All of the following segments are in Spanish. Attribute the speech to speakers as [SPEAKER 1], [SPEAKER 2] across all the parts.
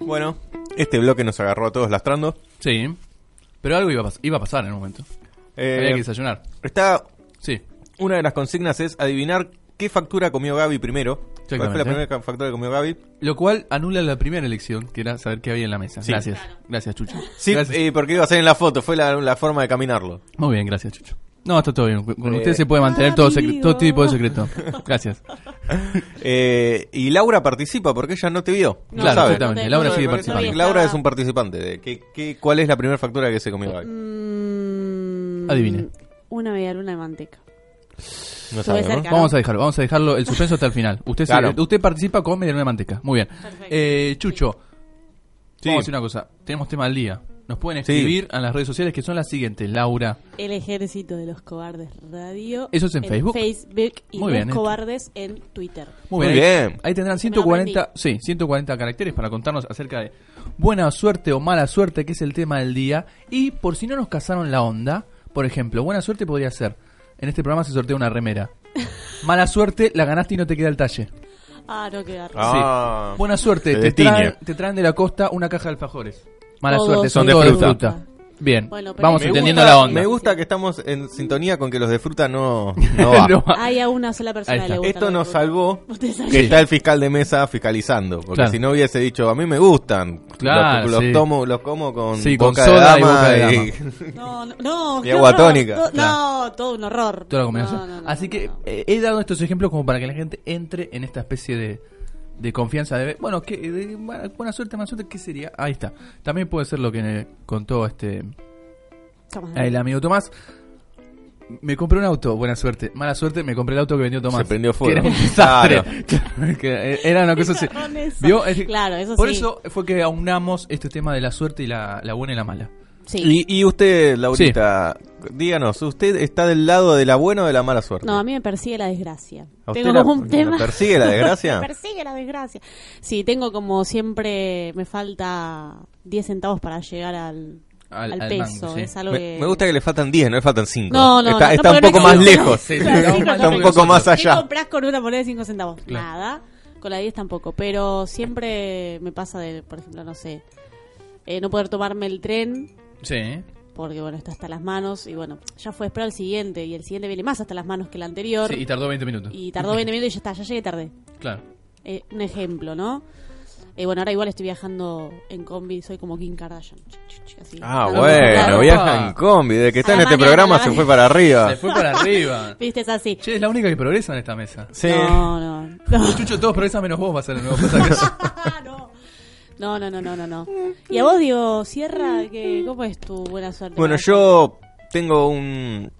[SPEAKER 1] Bueno, este bloque nos agarró a todos lastrando.
[SPEAKER 2] Sí. Pero algo iba a, pas- iba a pasar en un momento.
[SPEAKER 1] Eh,
[SPEAKER 2] Había que desayunar.
[SPEAKER 1] está
[SPEAKER 2] Sí.
[SPEAKER 1] una de las consignas es adivinar qué factura comió Gaby primero. ¿Cuál fue la
[SPEAKER 2] Exactamente.
[SPEAKER 1] primera ca- factura que comió Gaby?
[SPEAKER 2] Lo cual anula la primera elección, que era saber qué había en la mesa.
[SPEAKER 1] Sí.
[SPEAKER 2] Gracias. Gracias, Chucho.
[SPEAKER 1] Sí,
[SPEAKER 2] Gracias.
[SPEAKER 1] eh, porque iba a ser en la foto, fue la, la forma de caminarlo.
[SPEAKER 2] Muy bien, gracias, Chucho. No, está todo bien. Con con
[SPEAKER 1] Eh,
[SPEAKER 2] usted se puede mantener todo, secre-
[SPEAKER 3] amigo.
[SPEAKER 2] todo tipo de secreto. Gracias.
[SPEAKER 1] Eh, y Laura participa porque ella no te vio.
[SPEAKER 2] No,
[SPEAKER 1] lo sabe.
[SPEAKER 2] exactamente, Laura sigue
[SPEAKER 1] por eso
[SPEAKER 2] participando.
[SPEAKER 1] Laura es un participante. De qué- qué- ¿Cuál es la primera factura que se comió Gaby?
[SPEAKER 3] Mm,
[SPEAKER 2] Adivine.
[SPEAKER 3] Una media luna de manteca.
[SPEAKER 1] No
[SPEAKER 3] Estuve
[SPEAKER 1] sabe, ¿no?
[SPEAKER 3] cerca. Claro.
[SPEAKER 2] Vamos a dejarlo, vamos a dejarlo el suspenso hasta el final. Usted, se-
[SPEAKER 1] Claro.
[SPEAKER 2] usted participa con media luna de manteca. Muy bien.
[SPEAKER 3] Perfecto.
[SPEAKER 2] Eh, Chucho,
[SPEAKER 1] Sí.
[SPEAKER 2] vamos a hacer una cosa. Tenemos tema al día. Nos pueden
[SPEAKER 1] Sí.
[SPEAKER 2] escribir a las redes sociales que son las siguientes, Laura.
[SPEAKER 3] El Ejército de los Cobardes Radio.
[SPEAKER 2] ¿Eso es en Facebook?
[SPEAKER 3] Facebook y
[SPEAKER 2] Muy
[SPEAKER 3] Los
[SPEAKER 2] bien, esto.
[SPEAKER 3] Cobardes en Twitter.
[SPEAKER 2] Muy
[SPEAKER 1] Muy
[SPEAKER 2] bien. ahí-
[SPEAKER 1] bien.
[SPEAKER 2] Ahí, tendrán
[SPEAKER 3] Me lo
[SPEAKER 2] 140, sí, 140 caracteres para contarnos acerca de buena suerte o mala suerte, que es el tema del día. Y por si no nos cazaron la onda, por ejemplo, buena suerte podría ser. En este programa se sortea una remera. Mala suerte, la ganaste y no te queda el talle.
[SPEAKER 3] Ah, no, qué garra.
[SPEAKER 1] Ah.
[SPEAKER 2] Sí. Buena suerte,
[SPEAKER 1] Se
[SPEAKER 2] te traen,
[SPEAKER 1] destiñe.
[SPEAKER 2] te traen de la costa una caja de alfajores. Mala
[SPEAKER 3] Todos
[SPEAKER 2] suerte, son
[SPEAKER 1] de
[SPEAKER 2] todos
[SPEAKER 1] fruta.
[SPEAKER 2] Bien,
[SPEAKER 3] Bueno, pero-
[SPEAKER 2] vamos
[SPEAKER 3] Me
[SPEAKER 2] entendiendo
[SPEAKER 1] gusta-
[SPEAKER 2] la onda.
[SPEAKER 1] Me gusta que estamos en sintonía con que los de fruta no, no va.
[SPEAKER 2] No va.
[SPEAKER 3] Hay a una sola
[SPEAKER 2] Ahí
[SPEAKER 3] persona
[SPEAKER 2] está.
[SPEAKER 3] le gusta.
[SPEAKER 1] Esto nos salvó
[SPEAKER 3] Ustedes saben.
[SPEAKER 1] que está el fiscal de mesa fiscalizando. Porque
[SPEAKER 2] Claro.
[SPEAKER 1] si no hubiese dicho, a mí me gustan.
[SPEAKER 2] Claro,
[SPEAKER 1] los, los
[SPEAKER 2] sí.
[SPEAKER 1] tomo, los como con,
[SPEAKER 2] Sí, con
[SPEAKER 1] boca
[SPEAKER 2] soda
[SPEAKER 1] de
[SPEAKER 2] y
[SPEAKER 1] dama.
[SPEAKER 2] boca de dama.
[SPEAKER 3] No, no, no.
[SPEAKER 1] Y
[SPEAKER 3] qué
[SPEAKER 1] agua
[SPEAKER 3] horror.
[SPEAKER 1] tónica.
[SPEAKER 3] To-
[SPEAKER 2] Claro.
[SPEAKER 3] No, todo un horror.
[SPEAKER 2] Toda la combinación.
[SPEAKER 3] No, no, no,
[SPEAKER 2] Así
[SPEAKER 3] no,
[SPEAKER 2] que
[SPEAKER 3] no.
[SPEAKER 2] eh, he dado estos ejemplos como para que la gente entre en esta especie de, de confianza de bueno que buena suerte mala suerte qué sería ahí está también puede ser lo que eh, contó este
[SPEAKER 3] Tomás.
[SPEAKER 2] el amigo Tomás me compré un auto buena suerte mala suerte me compré el auto que vendió Tomás
[SPEAKER 1] Se prendió fuego.
[SPEAKER 2] Que era un desastre Que eh, era una cosa así
[SPEAKER 3] Con eso.
[SPEAKER 2] vio Es que-
[SPEAKER 3] Claro, eso
[SPEAKER 2] por
[SPEAKER 3] sí.
[SPEAKER 2] eso fue que aunamos este tema de la suerte y la, la buena y la mala
[SPEAKER 3] Sí.
[SPEAKER 1] Y, y usted, Laurita, díganos, ¿usted está del lado de la buena o de la mala suerte?
[SPEAKER 3] No, a mí me persigue la desgracia.
[SPEAKER 1] ¿A usted
[SPEAKER 3] Tengo
[SPEAKER 1] la-
[SPEAKER 3] como un
[SPEAKER 1] la
[SPEAKER 3] tema.
[SPEAKER 1] persigue la desgracia?
[SPEAKER 3] me persigue la desgracia. Sí, tengo como siempre. Me falta 10 centavos para llegar al,
[SPEAKER 2] Al-
[SPEAKER 3] al,
[SPEAKER 2] al
[SPEAKER 3] peso.
[SPEAKER 2] mango, sí.
[SPEAKER 3] Es algo
[SPEAKER 1] me,
[SPEAKER 3] que.
[SPEAKER 1] me gusta que le faltan 10, no le faltan 5.
[SPEAKER 3] No, no,
[SPEAKER 1] está
[SPEAKER 3] no,
[SPEAKER 1] está
[SPEAKER 3] no,
[SPEAKER 1] un
[SPEAKER 3] porque
[SPEAKER 1] poco
[SPEAKER 3] no
[SPEAKER 1] más
[SPEAKER 3] existe.
[SPEAKER 1] lejos.
[SPEAKER 2] Sí,
[SPEAKER 3] Claro, sí,
[SPEAKER 1] está
[SPEAKER 3] claro,
[SPEAKER 1] un
[SPEAKER 3] sí.
[SPEAKER 1] poco más
[SPEAKER 3] ¿Qué
[SPEAKER 1] allá.
[SPEAKER 3] compras con una moneda de 5 centavos?
[SPEAKER 2] Claro.
[SPEAKER 3] Nada. Con la de 10 tampoco. Pero siempre me pasa de, por ejemplo, no sé, eh, no poder tomarme el tren
[SPEAKER 2] sí ¿eh?
[SPEAKER 3] porque, bueno, está hasta las manos y, bueno, ya fue, espero el siguiente y el siguiente viene más hasta las manos que el anterior.
[SPEAKER 2] Sí, y tardó 20 minutos
[SPEAKER 3] y tardó 20 minutos y ya está, ya llegué tarde.
[SPEAKER 2] claro
[SPEAKER 3] Eh, un ejemplo, ¿no? Eh, bueno, ahora igual estoy viajando en combi, soy como Kim Kardashian. Así.
[SPEAKER 1] Ah,
[SPEAKER 3] Dando vueltas.
[SPEAKER 1] bueno,
[SPEAKER 2] Claro.
[SPEAKER 1] viaja en combi. Desde que está en
[SPEAKER 3] A la
[SPEAKER 1] este
[SPEAKER 3] mañana,
[SPEAKER 1] programa
[SPEAKER 3] a la
[SPEAKER 1] se fue
[SPEAKER 3] mañana.
[SPEAKER 1] para arriba.
[SPEAKER 2] se fue para arriba
[SPEAKER 3] Viste, es así.
[SPEAKER 2] Che, es la única que progresa en esta mesa.
[SPEAKER 1] Sí.
[SPEAKER 3] No, no. No.
[SPEAKER 2] Chucho, todos progresan menos vos, va a ser el nuevo pasaje.
[SPEAKER 3] no. No, no, no, no, no, no. Y a vos digo, Sierra, que ¿cómo es tu buena suerte?
[SPEAKER 1] Bueno, yo tengo un,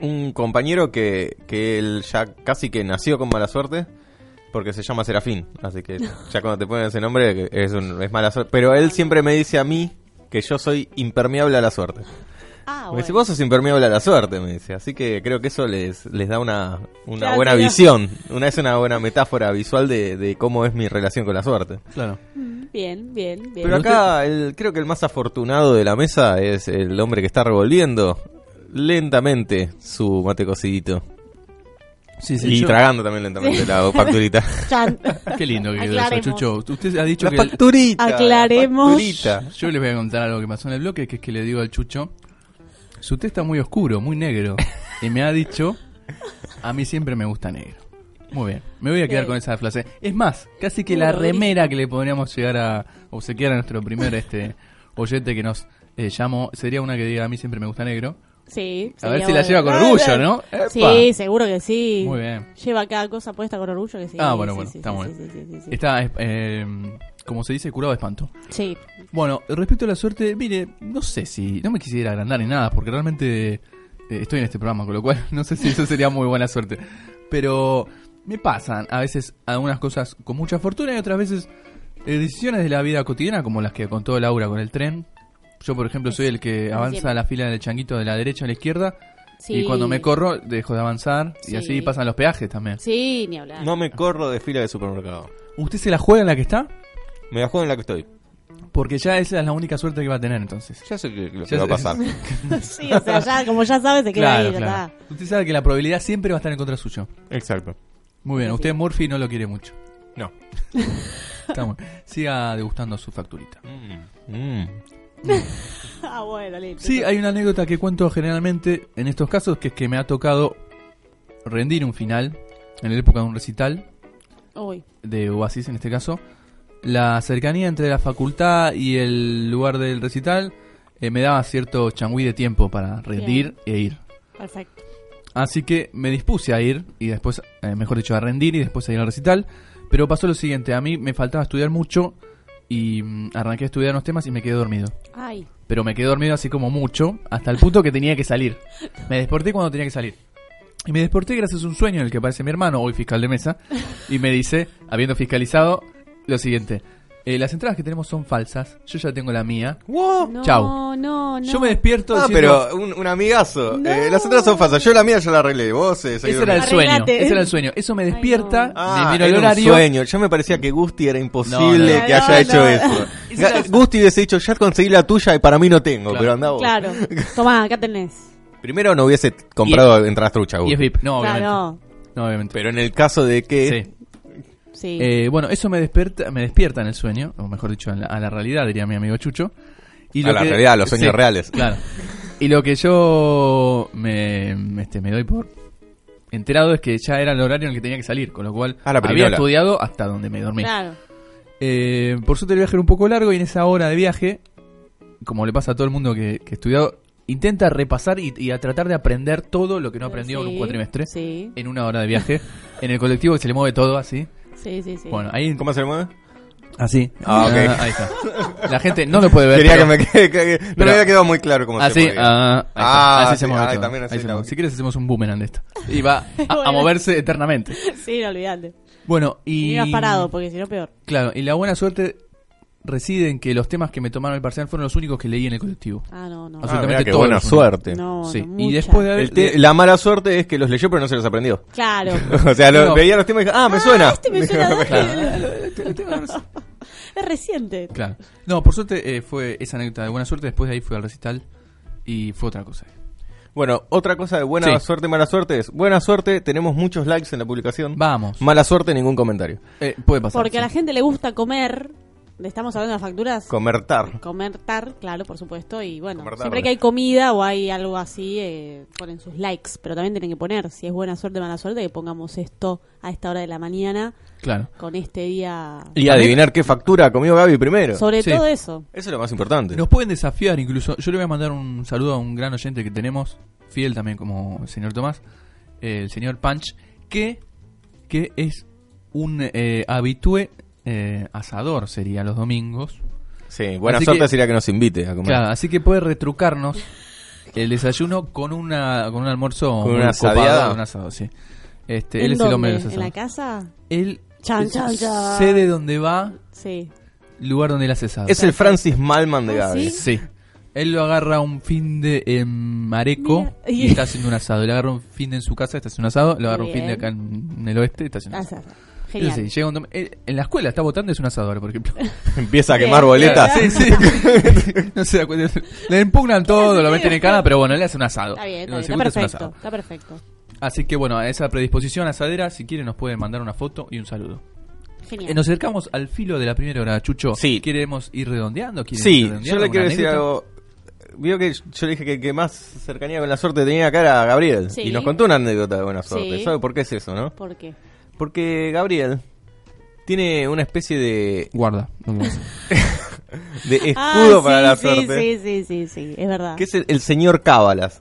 [SPEAKER 1] un compañero que, que él ya casi que nació con mala suerte, porque se llama Serafín, así que ya cuando te ponen ese nombre es, un- es mala suerte. Pero él siempre me dice a mí que yo soy impermeable a la suerte.
[SPEAKER 3] Ah,
[SPEAKER 1] me dice,
[SPEAKER 3] bueno.
[SPEAKER 1] vos sos impermeable a la suerte, me dice. Así que creo que eso les, les da una, una
[SPEAKER 3] Ya,
[SPEAKER 1] buena
[SPEAKER 3] ya.
[SPEAKER 1] visión, una es una buena metáfora visual de, de cómo es mi relación con la suerte.
[SPEAKER 2] claro.
[SPEAKER 3] Bien, bien, bien.
[SPEAKER 1] Pero acá el, creo que el más afortunado de la mesa es el hombre que está revolviendo lentamente su mate cocidito.
[SPEAKER 2] Sí,
[SPEAKER 1] y tragando también lentamente la facturita.
[SPEAKER 3] Chan.
[SPEAKER 2] Ah, Qué lindo que quedó eso,
[SPEAKER 3] Aclaremos.
[SPEAKER 2] Chucho. Usted ha dicho
[SPEAKER 1] la
[SPEAKER 2] que...
[SPEAKER 1] facturita.
[SPEAKER 3] Aclaremos.
[SPEAKER 1] la facturita.
[SPEAKER 2] Yo les voy a contar algo que pasó en el bloque, que es que le digo al Chucho, su té está muy oscuro, muy negro. Y me ha dicho, a mí siempre me gusta negro. Muy bien, me voy a quedar
[SPEAKER 3] Bien.
[SPEAKER 2] con esa frase. Es más, casi que la
[SPEAKER 3] Muy bien.
[SPEAKER 2] remera que le podríamos llegar a obsequiar a nuestro primer este oyente que nos eh, llamó, sería una que diga, a mí siempre me gusta negro.
[SPEAKER 3] Sí.
[SPEAKER 2] A ver
[SPEAKER 3] sería
[SPEAKER 2] si la
[SPEAKER 3] bueno. Ah,
[SPEAKER 2] lleva con orgullo, ¿no? Epa.
[SPEAKER 3] Sí, seguro que sí.
[SPEAKER 2] Muy bien.
[SPEAKER 3] Lleva cada cosa puesta con orgullo que sí.
[SPEAKER 2] Ah, bueno,
[SPEAKER 3] sí,
[SPEAKER 2] bueno,
[SPEAKER 3] sí,
[SPEAKER 2] está
[SPEAKER 3] sí,
[SPEAKER 2] muy
[SPEAKER 3] sí,
[SPEAKER 2] bien.
[SPEAKER 3] sí, sí, sí.
[SPEAKER 2] Está, eh, como se dice, curado de espanto.
[SPEAKER 3] Sí.
[SPEAKER 2] Bueno, respecto a la suerte, mire, no sé si. No me quisiera agrandar ni nada, porque realmente eh, estoy en este programa, con lo cual no sé si eso sería muy buena suerte. Pero me pasan a veces algunas cosas con mucha fortuna y otras veces eh, decisiones de la vida cotidiana, como las que contó Laura con el tren. Yo, por ejemplo, soy el que avanza a la fila del changuito de la derecha a la izquierda
[SPEAKER 3] Sí.
[SPEAKER 2] y cuando me corro dejo de avanzar y
[SPEAKER 3] Sí.
[SPEAKER 2] así pasan los peajes también.
[SPEAKER 3] Sí, ni hablar.
[SPEAKER 1] No me corro de fila de supermercado.
[SPEAKER 2] ¿Usted se la juega en la que está?
[SPEAKER 1] Me la juego en la que estoy.
[SPEAKER 2] Porque ya esa es la única suerte que va a tener entonces.
[SPEAKER 1] Ya sé que- lo que
[SPEAKER 2] Ya
[SPEAKER 1] va a
[SPEAKER 2] sé-
[SPEAKER 1] pasar.
[SPEAKER 3] Sí, o sea, ya, como ya sabes, se queda ahí, ya está.
[SPEAKER 2] Usted sabe que la probabilidad siempre va a estar en contra suyo.
[SPEAKER 1] Exacto.
[SPEAKER 2] Muy bien,
[SPEAKER 3] Sí,
[SPEAKER 2] usted
[SPEAKER 3] sí.
[SPEAKER 2] Murphy no lo quiere mucho.
[SPEAKER 1] No.
[SPEAKER 2] Está muy- Siga degustando su facturita.
[SPEAKER 1] Mm,
[SPEAKER 3] Ah, bueno, listo.
[SPEAKER 2] Sí, hay una anécdota que cuento generalmente en estos casos, que es que me ha tocado rendir un final, en la época de un recital,
[SPEAKER 3] Uy,
[SPEAKER 2] de Oasis en este caso, la cercanía entre la facultad y el lugar del recital eh, me daba cierto changüí de tiempo para rendir e ir.
[SPEAKER 3] perfecto.
[SPEAKER 2] Así que me dispuse a ir y después, eh, mejor dicho, a rendir y después a ir al recital. Pero pasó lo siguiente, a mí me faltaba estudiar mucho y mm, arranqué a estudiar unos temas y me quedé dormido.
[SPEAKER 3] Ay,
[SPEAKER 2] Pero me quedé dormido así como mucho, hasta el punto que tenía que salir. Me desperté cuando tenía que salir. Y me desperté gracias a un sueño en el que aparece mi hermano, hoy fiscal de mesa, y me dice, habiendo fiscalizado, lo siguiente. eh, las entradas que tenemos son falsas, yo ya tengo la mía.
[SPEAKER 1] Wow.
[SPEAKER 3] no,
[SPEAKER 2] Chau.
[SPEAKER 3] no, Oh, no.
[SPEAKER 2] Yo me despierto
[SPEAKER 1] Ah,
[SPEAKER 2] diciendo,
[SPEAKER 1] pero un, un amigazo.
[SPEAKER 3] No.
[SPEAKER 1] Eh, las otras son falsas. Yo la mía ya la arreglé. Vos, eh, seguí
[SPEAKER 2] Ese era el
[SPEAKER 3] Arreglate.
[SPEAKER 2] sueño, ese era el sueño. Eso me
[SPEAKER 3] Ay,
[SPEAKER 2] despierta,
[SPEAKER 3] no.
[SPEAKER 1] Ah,
[SPEAKER 2] me miro el
[SPEAKER 1] era un
[SPEAKER 2] horario.
[SPEAKER 1] sueño. Ya me parecía que Gusti era imposible
[SPEAKER 2] No, no.
[SPEAKER 1] que
[SPEAKER 3] No,
[SPEAKER 1] haya
[SPEAKER 3] no.
[SPEAKER 1] hecho eso.
[SPEAKER 2] Ese era-
[SPEAKER 1] Ga- Gusti hubiese dicho, ya conseguí la tuya y para mí no tengo,
[SPEAKER 2] Claro.
[SPEAKER 1] pero andá vos.
[SPEAKER 3] Claro. Tomá, acá tenés.
[SPEAKER 1] Primero no hubiese comprado entradas truchas,
[SPEAKER 2] Y
[SPEAKER 1] Gusti.
[SPEAKER 2] es VIP, no, obviamente.
[SPEAKER 3] Claro,
[SPEAKER 2] No, obviamente.
[SPEAKER 1] Pero en el caso de que...
[SPEAKER 2] Sí.
[SPEAKER 3] sí.
[SPEAKER 2] Eh, bueno, eso me despierta, me despierta en el sueño, o mejor dicho, en la- a la realidad, diría mi amigo Chucho. Y
[SPEAKER 1] A la realidad, a los sueños reales.
[SPEAKER 2] Claro. Y lo que yo me, este, me doy por enterado es que ya era el horario en el que tenía que salir, con lo cual
[SPEAKER 1] A Ah, la
[SPEAKER 2] había
[SPEAKER 1] pirinola.
[SPEAKER 2] estudiado hasta donde me dormí.
[SPEAKER 3] Claro.
[SPEAKER 2] Eh, por suerte el viaje era un poco largo y en esa hora de viaje, como le pasa a todo el mundo que, que ha estudiado, intenta repasar y, y a tratar de aprender todo lo que no aprendió en un
[SPEAKER 3] Sí,
[SPEAKER 2] cuatrimestre,
[SPEAKER 3] Sí,
[SPEAKER 2] en una hora de viaje, en el colectivo que se le mueve todo así.
[SPEAKER 3] sí, sí. sí.
[SPEAKER 2] Bueno, ahí
[SPEAKER 1] ¿Cómo se le mueve?
[SPEAKER 2] Así.
[SPEAKER 1] Ah, ok.
[SPEAKER 2] ahí está. La gente no lo puede ver.
[SPEAKER 1] Quería
[SPEAKER 2] pero
[SPEAKER 1] que me quede... que- no
[SPEAKER 2] pero-
[SPEAKER 1] me había quedado muy claro cómo se
[SPEAKER 2] Así,
[SPEAKER 1] mueve.
[SPEAKER 2] ah, ahí está.
[SPEAKER 1] Ah,
[SPEAKER 2] así
[SPEAKER 1] sí,
[SPEAKER 2] se mueve.
[SPEAKER 1] ah,
[SPEAKER 2] todo.
[SPEAKER 1] también así
[SPEAKER 2] Ahí se
[SPEAKER 1] la-
[SPEAKER 2] mueve. Si quieres hacemos un boomerang de esto. Y va a, a moverse eternamente.
[SPEAKER 3] Sí, no olvidate.
[SPEAKER 2] Bueno,
[SPEAKER 3] Y...
[SPEAKER 2] y...
[SPEAKER 3] hubieras parado, pues. porque si no, peor.
[SPEAKER 2] Claro, y la buena suerte reside en que los temas que me tomaron el parcial fueron los únicos que leí en el colectivo.
[SPEAKER 3] Ah, no, no.
[SPEAKER 2] O sea,
[SPEAKER 1] Ah, mirá
[SPEAKER 2] absolutamente
[SPEAKER 1] qué
[SPEAKER 2] todos
[SPEAKER 1] buena
[SPEAKER 2] los
[SPEAKER 1] suerte.
[SPEAKER 3] no,
[SPEAKER 2] sí.
[SPEAKER 3] no,
[SPEAKER 2] y
[SPEAKER 3] mucha.
[SPEAKER 2] después de haber...
[SPEAKER 1] El te- la mala suerte es que los leyó pero no se los aprendió.
[SPEAKER 3] Claro.
[SPEAKER 1] O sea, lo-
[SPEAKER 2] No.
[SPEAKER 1] veía los temas y dije, ah, me suena.
[SPEAKER 3] Este me suena, dale.
[SPEAKER 2] Claro.
[SPEAKER 3] Es reciente.
[SPEAKER 2] Claro. No, por suerte eh, fue esa anécdota de buena suerte. Después de ahí fue al recital y fue otra cosa.
[SPEAKER 1] Bueno, otra cosa de buena
[SPEAKER 2] Sí.
[SPEAKER 1] suerte, mala suerte es, buena suerte, tenemos muchos likes en la publicación.
[SPEAKER 2] Vamos.
[SPEAKER 1] Mala suerte, ningún comentario.
[SPEAKER 2] Eh, puede pasar.
[SPEAKER 3] Porque a la
[SPEAKER 2] sí.
[SPEAKER 3] gente le gusta comer. Le estamos hablando de las facturas.
[SPEAKER 1] Comentar.
[SPEAKER 3] comer tar, claro, por supuesto. Y bueno,
[SPEAKER 1] Comer tar.
[SPEAKER 3] siempre que hay comida o hay algo así, eh, ponen sus likes. Pero también tienen que poner, si es buena suerte o mala suerte, que pongamos esto a esta hora de la mañana
[SPEAKER 2] Claro.
[SPEAKER 3] con este día.
[SPEAKER 1] Y adivinar qué factura comió Gaby primero. Eso
[SPEAKER 3] Sobre
[SPEAKER 2] Sí.
[SPEAKER 3] todo eso.
[SPEAKER 1] es lo más importante.
[SPEAKER 2] Nos pueden desafiar incluso. Yo le voy a mandar un saludo a un gran oyente que tenemos, fiel también como el señor Tomás, eh, el señor Punch, que, que es un eh, habitué eh, asador, sería los domingos.
[SPEAKER 1] Sí, buena
[SPEAKER 2] Así
[SPEAKER 1] suerte
[SPEAKER 2] que-
[SPEAKER 1] sería que nos invite a comer.
[SPEAKER 2] Claro, así que puede retrucarnos el desayuno con una con un almuerzo
[SPEAKER 1] Con
[SPEAKER 2] muy
[SPEAKER 1] una
[SPEAKER 2] copado,
[SPEAKER 1] asadeada.
[SPEAKER 2] un asado, sí. Este,
[SPEAKER 3] ¿En
[SPEAKER 2] él es el
[SPEAKER 3] dónde?
[SPEAKER 2] hombre de los
[SPEAKER 3] ¿En la
[SPEAKER 2] asados.
[SPEAKER 3] casa?
[SPEAKER 2] Él
[SPEAKER 3] Chan, chan, chan.
[SPEAKER 2] sé de dónde va,
[SPEAKER 3] Sí.
[SPEAKER 2] lugar donde él hace asado.
[SPEAKER 1] Es el Francis Malman de
[SPEAKER 3] Ah,
[SPEAKER 1] Gaby.
[SPEAKER 3] ¿sí?
[SPEAKER 2] Sí. Él lo agarra un fin de en Mareco
[SPEAKER 3] Mira.
[SPEAKER 2] y está haciendo un asado. Le agarra un fin de en su casa, está haciendo un asado. Le agarra un
[SPEAKER 3] Muy
[SPEAKER 2] fin de
[SPEAKER 3] bien.
[SPEAKER 2] acá en, en el oeste, está haciendo un asado.
[SPEAKER 3] Asa- ah, Genial.
[SPEAKER 2] Entonces, llega un dom- él- en la escuela está votando, es un asador, por ejemplo.
[SPEAKER 1] Empieza a
[SPEAKER 3] Bien.
[SPEAKER 1] quemar boletas.
[SPEAKER 2] Sí, sí. no se da cuenta. Le impugnan todo, lo meten en cara, pero bueno, él hace un asado.
[SPEAKER 3] Está bien, está,
[SPEAKER 2] Lo
[SPEAKER 3] bien,
[SPEAKER 2] que se
[SPEAKER 3] está
[SPEAKER 2] gusta es un asado.
[SPEAKER 3] perfecto. Está perfecto.
[SPEAKER 2] Así que bueno, a esa predisposición asadera, si quieren nos pueden mandar una foto y un saludo. Eh,
[SPEAKER 3] Genial.
[SPEAKER 2] nos acercamos al filo de la primera hora, Chucho.
[SPEAKER 1] Sí.
[SPEAKER 2] ¿Queremos ir redondeando? ¿Quieren ir
[SPEAKER 1] Sí,
[SPEAKER 2] redondeando?
[SPEAKER 1] yo le quiero
[SPEAKER 2] ¿Alguna
[SPEAKER 1] decir
[SPEAKER 2] anécdota?
[SPEAKER 1] algo. Vio que yo le dije que, que más cercanía con la suerte tenía acá era Gabriel.
[SPEAKER 3] Sí.
[SPEAKER 1] Y nos contó una anécdota de buena suerte.
[SPEAKER 3] Sí.
[SPEAKER 1] ¿Sabe por qué es eso, no?
[SPEAKER 3] ¿Por qué?
[SPEAKER 1] Porque Gabriel tiene una especie de,
[SPEAKER 2] Guarda. no lo voy a hacer.
[SPEAKER 1] de escudo
[SPEAKER 3] Ah,
[SPEAKER 1] para
[SPEAKER 3] sí,
[SPEAKER 1] la ¿eh?
[SPEAKER 3] sí,
[SPEAKER 1] suerte.
[SPEAKER 3] Sí, sí, sí, sí, es verdad.
[SPEAKER 1] que es el, el señor Cábalas.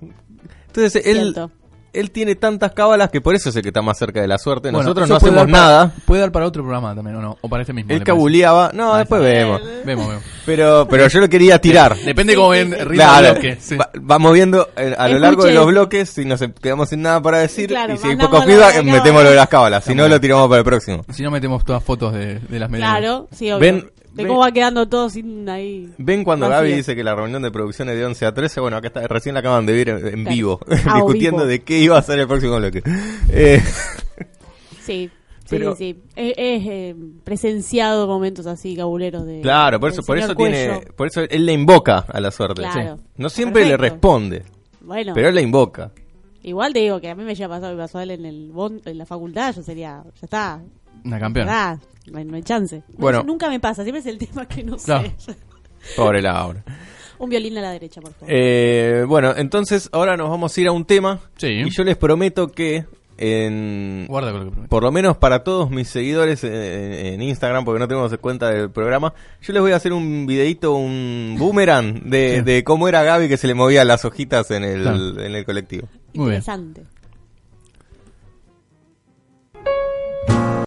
[SPEAKER 1] Entonces él
[SPEAKER 3] Cierto.
[SPEAKER 1] él tiene tantas cábalas que por eso es el que está más cerca de la suerte.
[SPEAKER 2] Bueno,
[SPEAKER 1] Nosotros
[SPEAKER 2] eso
[SPEAKER 1] no
[SPEAKER 2] puede
[SPEAKER 1] hacemos
[SPEAKER 2] dar para-
[SPEAKER 1] nada.
[SPEAKER 2] Puede dar para otro programa también, ¿o no? O para este mismo.
[SPEAKER 1] Él
[SPEAKER 2] ¿le parece?
[SPEAKER 1] cabuleaba. No, después vemos.
[SPEAKER 2] Vemos, vemos.
[SPEAKER 1] Pero, pero yo lo quería tirar.
[SPEAKER 2] Depende cómo ven ritmo
[SPEAKER 1] Claro,
[SPEAKER 2] bloque, sí.
[SPEAKER 1] va, va moviendo eh, a lo largo de
[SPEAKER 3] Escuche.
[SPEAKER 1] los bloques. Si nos quedamos sin nada para decir
[SPEAKER 3] Claro,
[SPEAKER 1] y si hay
[SPEAKER 3] mandamos
[SPEAKER 1] poco
[SPEAKER 3] lo de las
[SPEAKER 1] feedback, eh, metemos lo de las cábalas. Si no,
[SPEAKER 2] También.
[SPEAKER 1] lo tiramos para el próximo.
[SPEAKER 2] Si no metemos todas fotos de, de las medias.
[SPEAKER 3] Claro, sí, obvio.
[SPEAKER 1] Ven-
[SPEAKER 3] de
[SPEAKER 1] ven-
[SPEAKER 3] cómo va quedando todo sin ahí.
[SPEAKER 1] Ven cuando
[SPEAKER 3] Así
[SPEAKER 1] Gaby
[SPEAKER 3] es.
[SPEAKER 1] dice que la reunión de producción es de 11 a 13. Bueno, acá está, recién la acaban de ver en, en
[SPEAKER 3] Claro.
[SPEAKER 1] vivo,
[SPEAKER 3] Ah, o
[SPEAKER 1] discutiendo
[SPEAKER 3] vivo.
[SPEAKER 1] de qué iba a ser el próximo bloque. Eh,
[SPEAKER 3] Sí, sí,
[SPEAKER 1] Pero-
[SPEAKER 3] sí. Es, es, eh, presenciado momentos así, cabuleros de.
[SPEAKER 1] claro, por
[SPEAKER 3] del
[SPEAKER 1] eso, por
[SPEAKER 3] señor
[SPEAKER 1] eso tiene,
[SPEAKER 3] Cuello.
[SPEAKER 1] por eso él le invoca a la suerte.
[SPEAKER 3] Claro.
[SPEAKER 1] Sí. No siempre le
[SPEAKER 3] Perfecto.
[SPEAKER 1] responde,
[SPEAKER 3] Bueno,
[SPEAKER 1] pero él le invoca.
[SPEAKER 3] igual te digo que a mí me ya pasó, me pasó a él en, el bon- en la facultad, yo sería. Ya está.
[SPEAKER 2] Una campeona.
[SPEAKER 3] Ah, no hay, no hay chance. No,
[SPEAKER 1] Bueno.
[SPEAKER 3] Nunca me pasa, siempre es el tema que no sé.
[SPEAKER 2] Claro.
[SPEAKER 1] Pobre Laura.
[SPEAKER 3] Un violín a la derecha, por favor.
[SPEAKER 1] Eh, bueno, entonces ahora nos vamos a ir a un tema.
[SPEAKER 2] Sí.
[SPEAKER 1] Y yo les prometo que en,
[SPEAKER 2] Guarda con lo que prometo.
[SPEAKER 1] por lo menos para todos mis seguidores eh, en Instagram, porque no tenemos cuenta del programa, yo les voy a hacer un videito, un boomerang de,
[SPEAKER 2] Sí.
[SPEAKER 1] de cómo era Gaby que se le movían las hojitas en el,
[SPEAKER 2] Claro.
[SPEAKER 1] en el colectivo.
[SPEAKER 2] muy bien.
[SPEAKER 3] Interesante.